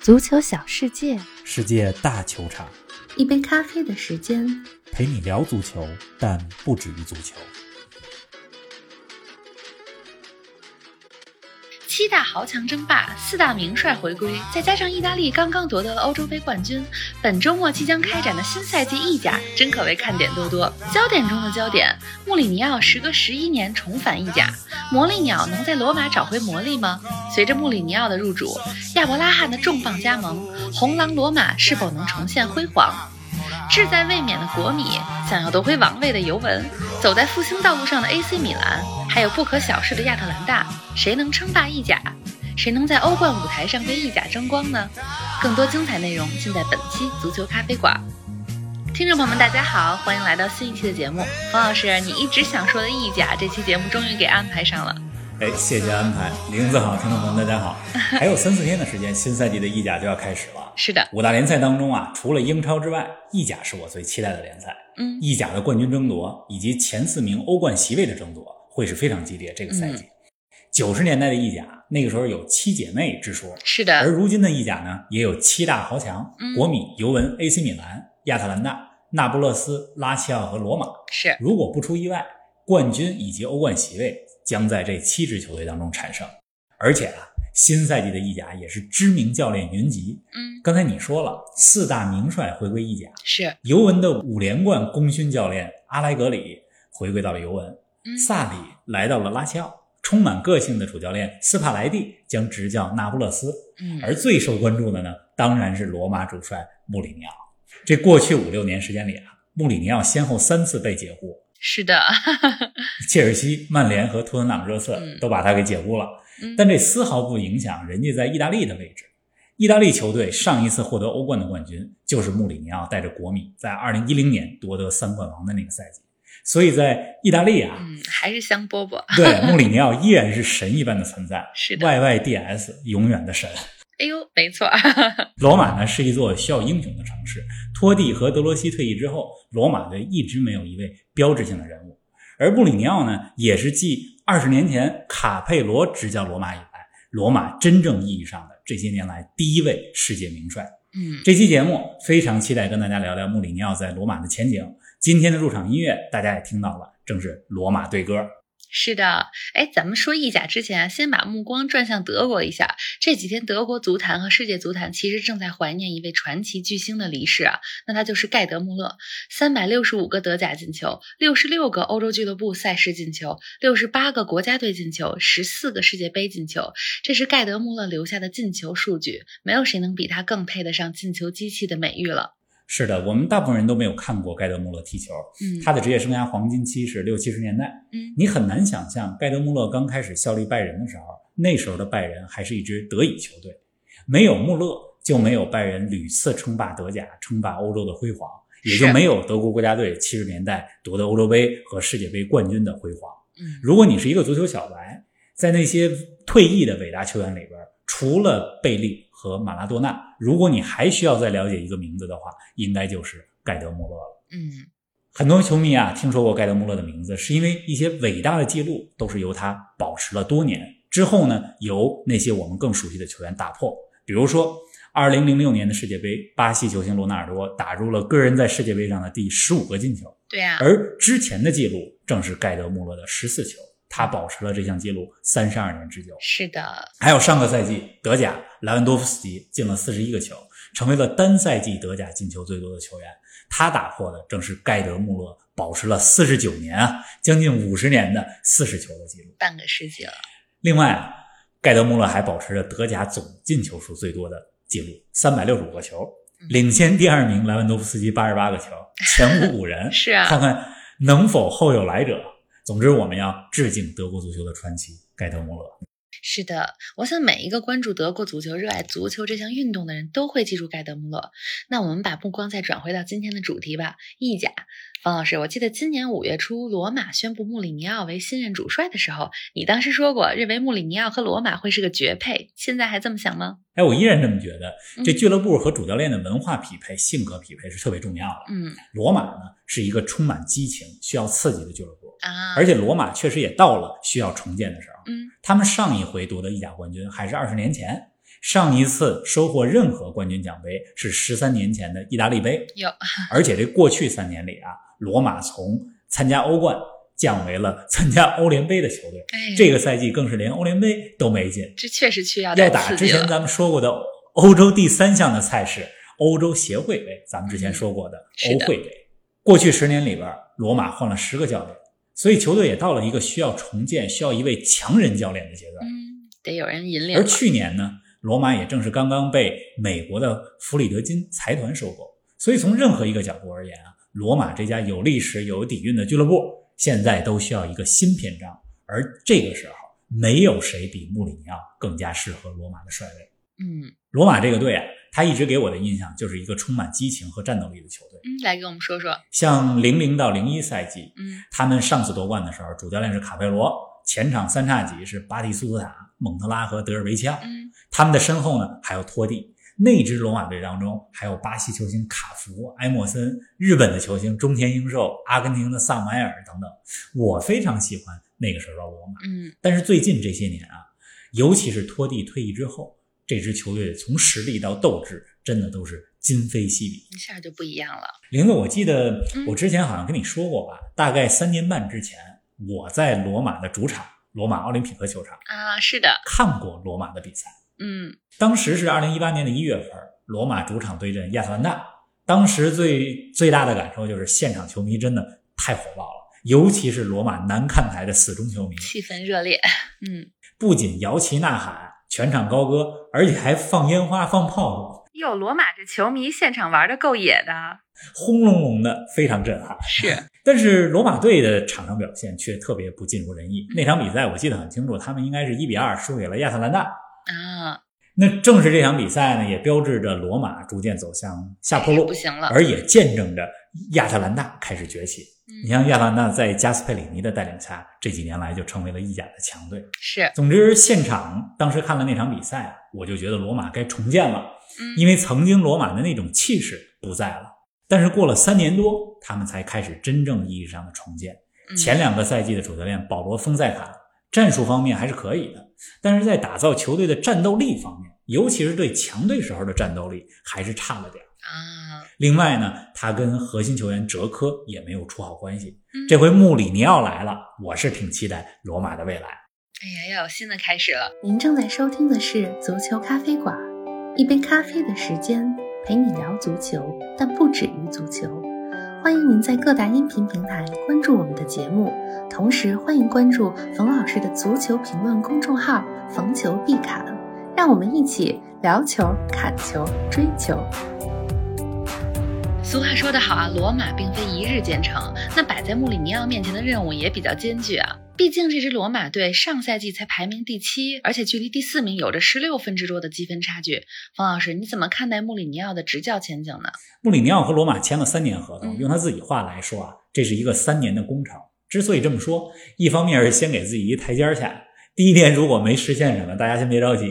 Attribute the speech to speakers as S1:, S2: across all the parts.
S1: 足球小世界，
S2: 世界大球场，
S3: 一杯咖啡的时间，
S2: 陪你聊足球，但不止于足球。
S4: 七大豪强争霸，四大名帅回归，再加上意大利刚刚夺得了欧洲杯冠军，本周末即将开展的新赛季意甲，真可谓看点多多。焦点中的焦点，穆里尼奥时隔十一年重返意甲，魔力鸟能在罗马找回魔力吗？随着穆里尼奥的入主，亚伯拉罕的重磅加盟，红狼罗马是否能重现辉煌？志在卫冕的国米，想要夺回王位的尤文，走在复兴道路上的 AC 米兰，还有不可小视的亚特兰大，谁能称霸意甲？谁能在欧冠舞台上为意甲争光呢？更多精彩内容尽在本期足球咖啡馆。听众朋友们，大家好，欢迎来到新一期的节目。冯老师，你一直想说的意甲，这期节目终于给安排上了。
S2: 哎，谢谢安排，林子好，听众朋友们 大家好。还有三四天的时间，新赛季的意甲就要开始了。
S4: 是的，
S2: 五大联赛当中啊，除了英超之外，意甲是我最期待的联赛。
S4: 嗯
S2: 意甲的冠军争夺以及前四名欧冠席位的争夺会是非常激烈。这个赛
S3: 嗯
S2: 季，九十、年代的意甲，那个时候有七姐妹之说，
S4: 是
S2: 而
S4: 的，
S2: 如今的意甲呢，也有七大豪强：
S4: 嗯
S2: 国米、尤文、AC 米兰、亚特兰大、那不勒斯、拉齐奥和罗马。
S4: 是
S2: 如果不出意外，冠军以及欧冠席位将在这七支球队当中产生。而且啊，新赛季的意甲也是知名教练云集。
S4: 嗯
S2: 刚才你说了，四大名帅回归意甲，
S4: 是，
S2: 尤文的五连冠功勋教练阿莱格里回归到了尤文，
S4: 嗯
S2: 萨里来到了拉齐奥。充满个性的主教练斯帕莱蒂将执教那不勒斯，
S4: 嗯
S2: 而最受关注的呢，当然是罗马主帅穆里尼奥。这过去五六年时间里啊，穆里尼奥先后三次被解雇，
S4: 是 的，
S2: 切尔西、曼联和托特纳姆热刺
S4: 嗯
S2: 都把他给解雇了，
S4: 嗯
S2: 但这丝毫不影响人家在意大利的位置。意大利球队上一次获得欧冠的冠军，就是穆里尼奥带着国米在2010年夺得三冠王的那个赛季。所以在意大利啊，
S4: 嗯还是香饽饽。
S2: 对穆里尼奥依然是神一般的存在
S4: 是的，
S2: ，YYDS 永远的神。
S4: 哎呦，没错，
S2: 罗马呢是一座需要英雄的城市。托蒂和德罗西退役之后，罗马队一直没有一位标志性的人物。而布里尼奥呢，也是继二十年前卡佩罗执教罗马以来，罗马真正意义上的这些年来第一位世界名帅。
S4: 嗯，
S2: 这期节目非常期待跟大家聊聊穆里尼奥在罗马的前景。今天的入场音乐大家也听到了，正是罗马队歌。
S4: 是的，哎，咱们说意甲之前啊，先把目光转向德国一下。这几天，德国足坛和世界足坛其实正在怀念一位传奇巨星的离世啊，那他就是盖德穆勒。三百六十五个德甲进球，六十六个欧洲俱乐部赛事进球，六十八个国家队进球，十四个世界杯进球，这是盖德穆勒留下的进球数据，没有谁能比他更配得上进球机器的美誉了。
S2: 是的，我们大部分人都没有看过盖德穆勒踢球，
S4: 嗯，
S2: 他的职业生涯黄金期是六七十年代。
S4: 嗯
S2: 你很难想象盖德穆勒刚开始效力拜仁的时候，那时候的拜仁还是一支德乙球队，没有穆勒就没有拜仁屡次称霸德甲、称霸欧洲的辉煌，也就是没有德国国家队七十年代夺得欧洲杯和世界杯冠军的辉煌。
S4: 嗯
S2: 如果你是一个足球小白，在那些退役的伟大球员里边，除了贝利和马拉多纳，如果你还需要再了解一个名字的话，应该就是盖德穆勒了。
S4: 嗯，
S2: 很多球迷啊，听说过盖德穆勒的名字，是因为一些伟大的记录都是由他保持了多年之后呢，由那些我们更熟悉的球员打破。比如说，二零零六年的世界杯，巴西球星罗纳尔多打入了个人在世界杯上的第十五个进球，
S4: 对啊，
S2: 而之前的记录正是盖德穆勒的十四球，他保持了这项记录三十二年之久。
S4: 是的，
S2: 还有上个赛季德甲莱万多夫斯基进了四十一个球，成为了单赛季德甲进球最多的球员。他打破的正是盖德穆勒保持了四十九年啊，将近五十年的四十球的记录。
S4: 半个世纪了。
S2: 另外啊，盖德穆勒还保持着德甲总进球数最多的记录，三百六十五个球，领先第二名莱万多夫斯基八十八个球，前无古人。
S4: 是啊
S2: 看看能否后有来者。总之，我们要致敬德国足球的传奇盖德穆勒。
S4: 是的，我想每一个关注德国足球、热爱足球这项运动的人都会记住盖德穆勒。那我们把目光再转回到今天的主题吧，意甲。方老师，我记得今年五月初，罗马宣布穆里尼奥为新任主帅的时候，你当时说过，认为穆里尼奥和罗马会是个绝配。现在还这么想吗？
S2: 哎，我依然这么觉得，
S4: 嗯
S2: 这俱乐部和主教练的文化匹配、性格匹配是特别重要的。
S4: 嗯
S2: 罗马呢是一个充满激情、需要刺激的俱乐部，
S4: 啊，
S2: 而且罗马确实也到了需要重建的时候。
S4: 嗯
S2: 他们上一回夺得意甲冠军还是二十年前，上一次收获任何冠军奖杯是十三年前的意大利杯，
S4: 有，
S2: 而且这过去三年里啊，罗马从参加欧冠降为了参加欧联杯的球队，
S4: 哎，
S2: 这个赛季更是连欧联杯都没进。
S4: 这确实需要
S2: 要
S4: 点
S2: 打
S4: 刺
S2: 之
S4: 激
S2: 前
S4: 了。
S2: 咱们说过的欧洲第三项的赛事，欧洲协会杯，咱们之前说过的
S4: 是的
S2: 欧会杯。过去十年里边，罗马换了十个教练，所以球队也到了一个需要重建、需要一位强人教练的阶段。
S4: 嗯，得有人引领
S2: 而
S4: 了。
S2: 去年呢，罗马也正是刚刚被美国的弗里德金财团收购，所以从任何一个角度而言啊，罗马这家有历史、有底蕴的俱乐部，现在都需要一个新篇章。而这个时候，没有谁比穆里尼奥更加适合罗马的帅位。
S4: 嗯
S2: 罗马这个队啊，他一直给我的印象就是一个充满激情和战斗力的球队。
S4: 嗯，来跟我们说说。
S2: 像零零到零一赛季，
S4: 嗯
S2: 他们上次夺冠的时候，主教练是卡佩罗，前场三叉戟是巴蒂苏斯塔、蒙特拉和德尔维奇奥。
S4: 嗯，
S2: 他们的身后呢还有托蒂。那支罗马队当中还有巴西球星卡福、埃莫森、日本的球星中田英寿、阿根廷的萨马埃尔等等。我非常喜欢那个时候的罗马。
S4: 嗯
S2: 但是最近这些年啊，尤其是托蒂退役之后，这支球队从实力到斗志，真的都是今非昔比。
S4: 一下就不一样了。
S2: 玲子，我记得
S4: 嗯
S2: 我之前好像跟你说过吧，大概三年半之前，我在罗马的主场罗马奥林匹克球场
S4: 啊，是的，
S2: 看过罗马的比赛。
S4: 嗯
S2: 当时是二零一八年的一月份，罗马主场对阵亚特兰大。当时最最大的感受就是现场球迷真的太火爆了，尤其是罗马南看台的死忠球迷，
S4: 气氛热烈。嗯，
S2: 不仅摇旗呐喊，全场高歌，而且还放烟花、放炮竹，
S4: 哟，罗马这球迷现场玩的够野的。
S2: 轰隆隆的，非常震撼。
S4: 是，
S2: 但是罗马队的场上表现却特别不尽如人意。那场比赛我记得很清楚，他们应该是一比二输给了亚特兰大。
S4: 啊，
S2: 那正是这场比赛呢，也标志着罗马逐渐走向下坡路
S4: 哎不，行了。
S2: 而也见证着亚特兰大开始崛起。你
S4: 嗯，
S2: 像亚特兰大在加斯佩里尼的带领下，这几年来就成为了意甲的强队。
S4: 是，
S2: 总之，现场当时看了那场比赛，我就觉得罗马该重建了，
S4: 嗯，
S2: 因为曾经罗马的那种气势不在了。但是过了三年多，他们才开始真正意义上的重建。
S4: 嗯
S2: 前两个赛季的主教练保罗·丰塞卡，战术方面还是可以的，但是在打造球队的战斗力方面，尤其是对强队时候的战斗力，还是差了点儿。
S4: 啊，
S2: 另外呢，他跟核心球员哲科也没有处好关系。
S4: 嗯
S2: 这回穆里尼奥来了，我是挺期待罗马的未来。
S4: 哎呀，要有新的开始了。
S3: 您正在收听的是《足球咖啡馆》，一杯咖啡的时间陪你聊足球，但不止于足球。欢迎您在各大音频平台关注我们的节目，同时欢迎关注冯老师的足球评论公众号“冯球必侃”，让我们一起聊球、砍球、追球。
S4: 俗话说得好啊，罗马并非一日建成，那摆在穆里尼奥面前的任务也比较艰巨啊。毕竟这支罗马队上赛季才排名第七，而且距离第四名有着十六分之多的积分差距。冯老师，你怎么看待穆里尼奥的执教前景呢？
S2: 穆里尼奥和罗马签了三年合同，
S4: 嗯
S2: 用他自己话来说啊，这是一个三年的工程。之所以这么说，一方面是先给自己一台阶下，第一年如果没实现什么，大家先别着急；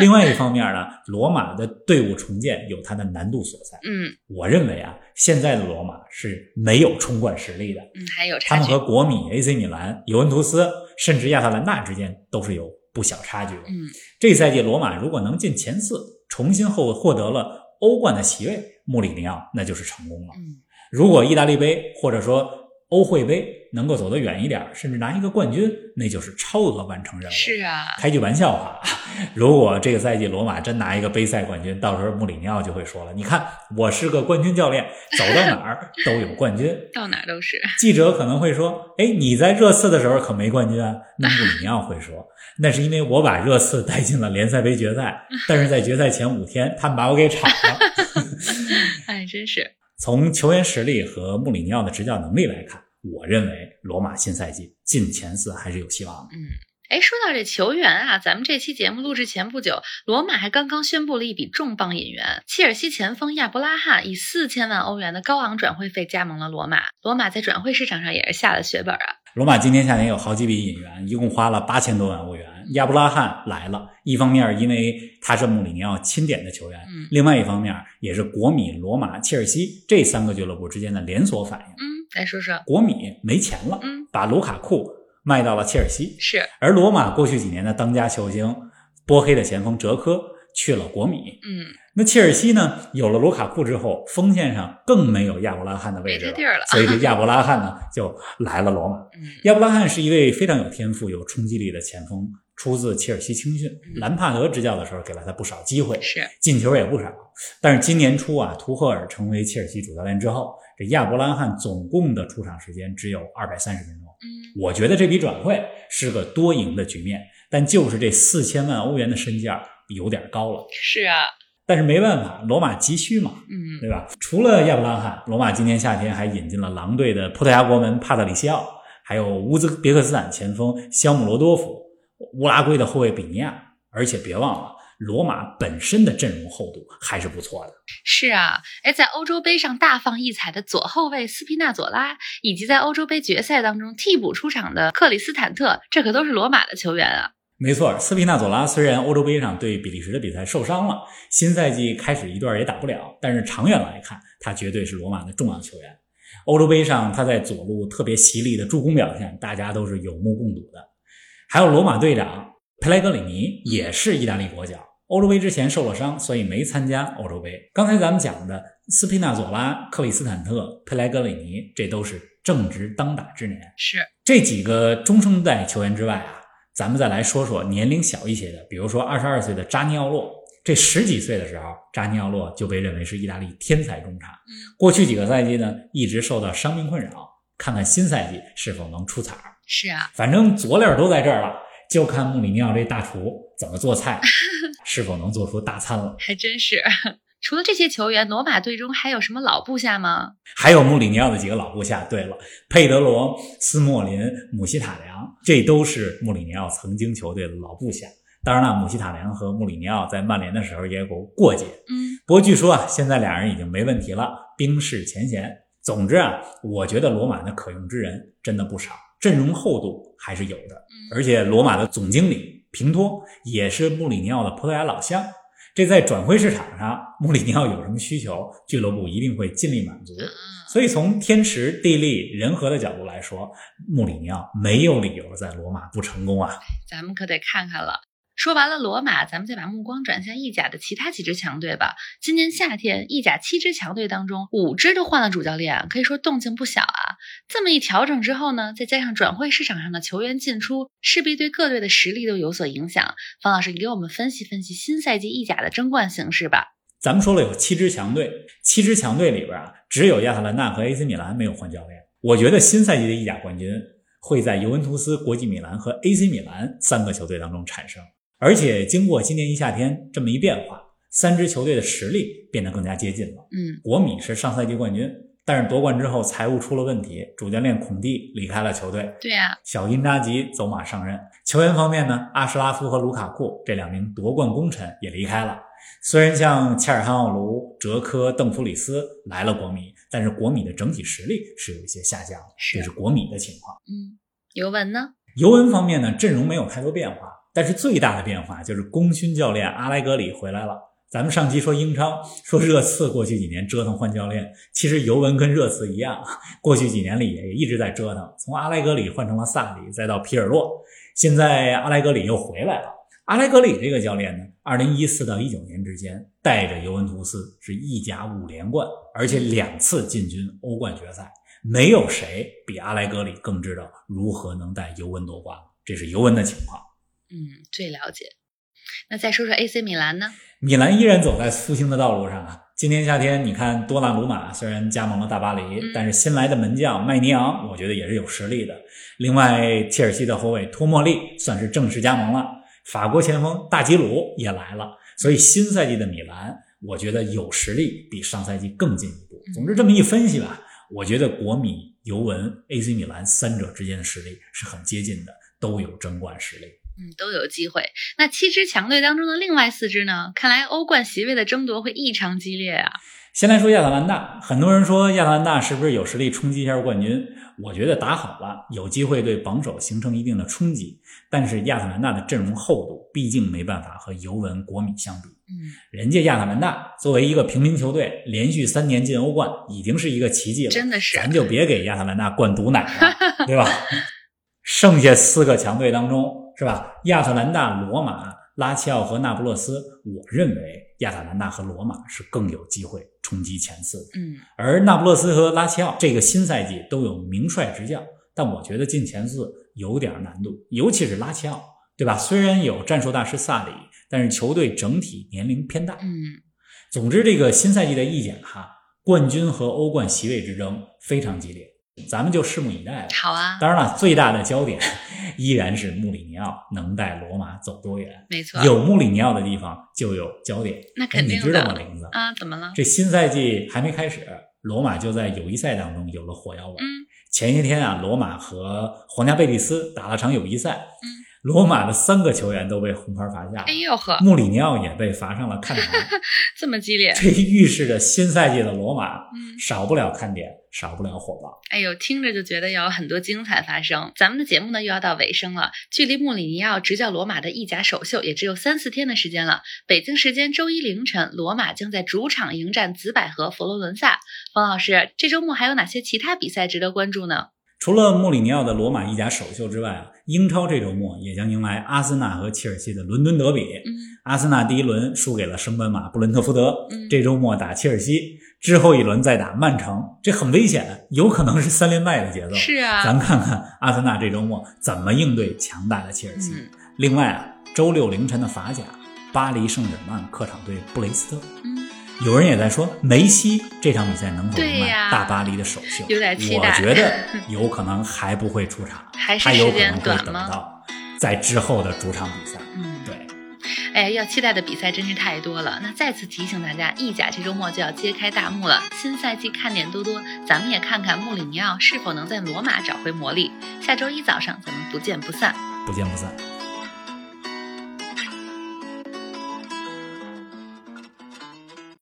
S2: 另外一方面呢，罗马的队伍重建有它的难度所在。
S4: 嗯
S2: 我认为啊，现在的罗马是没有冲冠实力的，
S4: 嗯，还有
S2: 他
S4: 差
S2: 们
S4: 距
S2: 和。国米、AC 米兰、尤文图斯，甚至亚特兰大之间都是有不小差距的。
S4: 嗯
S2: 这赛季罗马如果能进前四，重新后获得了欧冠的席位，穆里尼奥那就是成功了。
S4: 嗯
S2: 如果意大利杯或者说欧会杯能够走得远一点，甚至拿一个冠军，那就是超额完成任务。
S4: 是啊，
S2: 开句玩笑话， 如果这个赛季罗马真拿一个杯赛冠军，到时候穆里尼奥就会说了：“你看，我是个冠军教练，走到哪儿都有冠军。”
S4: 到哪都是。
S2: 记者可能会说：“哎，你在热刺的时候可没冠军啊。”那穆里尼奥会说：“那是因为我把热刺带进了联赛杯决赛，但是在决赛前五天，他们把我给炒了。
S4: 哎，真是。”
S2: 从球员实力和穆里尼奥的执教能力来看，我认为罗马新赛季进前四还是有希望的。
S4: 嗯，哎，说到这球员啊，咱们这期节目录制前不久，罗马还刚刚宣布了一笔重磅引援，切尔西前锋亚伯拉罕以四千万欧元的高昂转会费加盟了罗马。罗马在转会市场上也是下了血本啊。
S2: 罗马今年夏天有好几笔引援，一共花了八千多万欧元。亚布拉罕来了，一方面因为他是穆里尼奥钦点的球员，
S4: 嗯
S2: 另外一方面也是国米、罗马、切尔西这三个俱乐部之间的连锁反应。
S4: 嗯，来说说，
S2: 国米没钱了，
S4: 嗯，
S2: 把卢卡库卖到了切尔西，
S4: 是
S2: 而罗马过去几年的当家球星，波黑的前锋哲科去了国米。
S4: 嗯，
S2: 那切尔西呢，有了卢卡库之后，锋线上更没有亚伯拉罕的位置
S4: 没这地儿了
S2: 所以这亚伯拉罕呢就来了罗马。
S4: 嗯
S2: 亚伯拉罕是一位非常有天赋、有冲击力的前锋，出自切尔西青训。兰帕德执教的时候给了他不少机会，
S4: 是
S2: 进球也不少。但是今年初啊，图赫尔成为切尔西主教练之后，这亚伯拉罕总共的出场时间只有二百三十分钟。
S4: 嗯
S2: 我觉得这笔转会是个多赢的局面，但就是这四千万欧元的身价有点高了。
S4: 是啊，
S2: 但是没办法，罗马急需嘛，
S4: 嗯
S2: 对吧？除了亚布拉罕，罗马今年夏天还引进了狼队的葡萄牙国门帕特里西奥，还有乌兹别克斯坦前锋肖姆罗多夫、乌拉圭的后卫比尼亚。而且别忘了，罗马本身的阵容厚度还是不错的。
S4: 是啊，哎，在欧洲杯上大放异彩的左后卫斯皮纳佐拉，以及在欧洲杯决赛当中替补出场的克里斯坦特，这可都是罗马的球员啊。
S2: 没错，斯皮纳佐拉虽然欧洲杯上对比利时的比赛受伤了，新赛季开始一段也打不了，但是长远来看，他绝对是罗马的重要球员。欧洲杯上他在左路特别犀利的助攻表现，大家都是有目共睹的。还有罗马队长佩莱格里尼也是意大利国脚，欧洲杯之前受了伤，所以没参加欧洲杯。刚才咱们讲的斯皮纳佐拉、克里斯坦特、佩莱格里尼，这都是正值当打之年。
S4: 是，
S2: 这几个中生代球员之外啊，咱们再来说说年龄小一些的，比如说二十二岁的扎尼奥洛。这十几岁的时候，扎尼奥洛就被认为是意大利天才中场。过去几个赛季呢，一直受到伤病困扰，看看新赛季是否能出彩儿。
S4: 是啊，
S2: 反正佐料都在这儿了，就看穆里尼奥这大厨怎么做菜，是否能做出大餐了。
S4: 还真是。 除了这些球员，罗马队中还有什么老部下吗？
S2: 还有穆里尼奥的几个老部下。对了，佩德罗、斯莫林、姆希塔良，这都是穆里尼奥曾经球队的老部下。当然了，姆希塔良和穆里尼奥在曼联的时候也有过过节，
S4: 嗯，
S2: 不过据说啊，现在俩人已经没问题了，冰释前嫌。总之啊，我觉得罗马的可用之人真的不少，阵容厚度还是有的。而且罗马的总经理平托也是穆里尼奥的葡萄牙老乡，这在转会市场上，穆里尼奥有什么需求，俱乐部一定会尽力满足。所以从天时、地利、人和的角度来说，穆里尼奥没有理由在罗马不成功啊。
S4: 咱们可得看看了。说完了罗马，咱们再把目光转向意甲的其他几支强队吧。今年夏天，意甲七支强队当中，五支都换了主教练，可以说动静不小啊。这么一调整之后呢，再加上转会市场上的球员进出，势必对各队的实力都有所影响。方老师，你给我们分析分析新赛季意甲的争冠形势吧。
S2: 咱们说了有七支强队，七支强队里边啊，只有亚特兰大和 AC 米兰没有换教练。我觉得新赛季的意甲冠军会在尤文图斯、国际米兰和 AC 米兰三个球队当中产生。而且经过今年一夏天这么一变化，三支球队的实力变得更加接近了。
S4: 嗯，
S2: 国米是上赛季冠军，但是夺冠之后财务出了问题，主教练孔蒂离开了球队，
S4: 对啊，
S2: 小因扎吉走马上任。球员方面呢，阿什拉夫和卢卡库这两名夺冠功臣也离开了。虽然像切尔汉奥卢、哲科、邓弗里斯来了国米，但是国米的整体实力是有一些下降的，
S4: 是
S2: 这是国米的情况。
S4: 嗯，尤文呢？
S2: 尤文方面呢，阵容没有太多变化，但是最大的变化就是功勋教练阿莱格里回来了。咱们上期说英超，说热刺过去几年折腾换教练，其实尤文跟热刺一样，过去几年里也一直在折腾，从阿莱格里换成了萨里，再到皮尔洛，现在阿莱格里又回来了。阿莱格里这个教练呢，二零一四到一九年之间，带着尤文图斯是意甲五连冠，而且两次进军欧冠决赛。没有谁比阿莱格里更知道如何能带尤文夺冠，这是尤文的情况。
S4: 嗯，最了解。那再说说 AC 米兰呢？
S2: 米兰依然走在复兴的道路上啊！今年夏天，你看多纳鲁马虽然加盟了大巴黎，但是新来的门将麦尼昂，我觉得也是有实力的。另外，切尔西的后卫托莫利算是正式加盟了，法国前锋大吉鲁也来了，所以新赛季的米兰，我觉得有实力比上赛季更进一步。总之，这么一分析吧，我觉得国米、尤文、AC 米兰三者之间的实力是很接近的，都有争冠实力。
S4: 嗯，都有机会。那七支强队当中的另外四支呢？看来欧冠席位的争夺会异常激烈啊。
S2: 先来说亚特兰大，很多人说亚特兰大是不是有实力冲击一下冠军？我觉得打好了，有机会对榜首形成一定的冲击。但是亚特兰大的阵容厚度，毕竟没办法和尤文、国米相比。
S4: 嗯，
S2: 人家亚特兰大作为一个平民球队，连续三年进欧冠，已经是一个奇迹了。
S4: 真的是
S2: 咱就别给亚特兰大灌毒奶 了，对吧？剩下四个强队当中，是吧？亚特兰大、罗马、拉齐奥和那不勒斯，我认为亚特兰大和罗马是更有机会冲击前四的。
S4: 嗯，
S2: 而那不勒斯和拉齐奥这个新赛季都有名帅执教，但我觉得进前四有点难度，尤其是拉齐奥，对吧？虽然有战术大师萨里，但是球队整体年龄偏大。
S4: 嗯，
S2: 总之，这个新赛季的意甲哈，冠军和欧冠席位之争非常激烈，咱们就拭目以待吧。
S4: 好啊，
S2: 当然了，最大的焦点依然是穆里尼奥能带罗马走多远。
S4: 没错，
S2: 有穆里尼奥的地方就有焦点，哎
S4: 那肯定
S2: 你知道吗，
S4: 的
S2: 玲子？
S4: 啊，怎么了？
S2: 这新赛季还没开始，罗马就在友谊赛当中有了火药味。
S4: 嗯
S2: 前些天啊，罗马和皇家贝蒂斯打了场友谊赛，
S4: 嗯
S2: 罗马的三个球员都被红牌罚下，
S4: 哎呦呵，
S2: 穆里尼奥也被罚上了看台。
S4: 这么激烈，
S2: 这预示着新赛季的罗马
S4: 嗯，
S2: 少不了看点，少不了火爆。
S4: 哎呦，听着就觉得要有很多精彩发生。咱们的节目呢又要到尾声了，距离穆里尼奥执教罗马的意甲首秀也只有三四天的时间了。北京时间周一凌晨，罗马将在主场迎战紫百合佛罗伦萨。冯老师，这周末还有哪些其他比赛值得关注呢？
S2: 除了穆里尼奥的罗马意甲首秀之外啊，英超这周末也将迎来阿森纳和切尔西的伦敦德比。
S4: 嗯，
S2: 阿森纳第一轮输给了升班马布伦特福德
S4: 嗯，
S2: 这周末打切尔西，之后一轮再打曼城，这很危险，有可能是三连败的节奏。
S4: 是啊，
S2: 咱看看阿森纳这周末怎么应对强大的切尔西。
S4: 嗯
S2: 另外啊，周六凌晨的法甲，巴黎圣日耳曼客场对布雷斯特。
S4: 嗯，
S2: 有人也在说梅西这场比赛能否
S4: 对
S2: 迎
S4: 呀
S2: 来大巴黎的首秀？
S4: 有点期待
S2: 我觉 得有可能还不会出场，
S4: 还是
S2: 他有
S4: 时
S2: 可能
S4: 间
S2: 会
S4: 短
S2: 等
S4: 吗？
S2: 到在之后的主场比赛。
S4: 嗯，
S2: 对，
S4: 哎，要期待的比赛真是太多了。那再次提醒大家，意甲这周末就要揭开大幕了，新赛季看点多多，咱们也看看穆里尼奥是否能在罗马找回魔力。下周一早上咱们不见不散。
S2: 不见不散。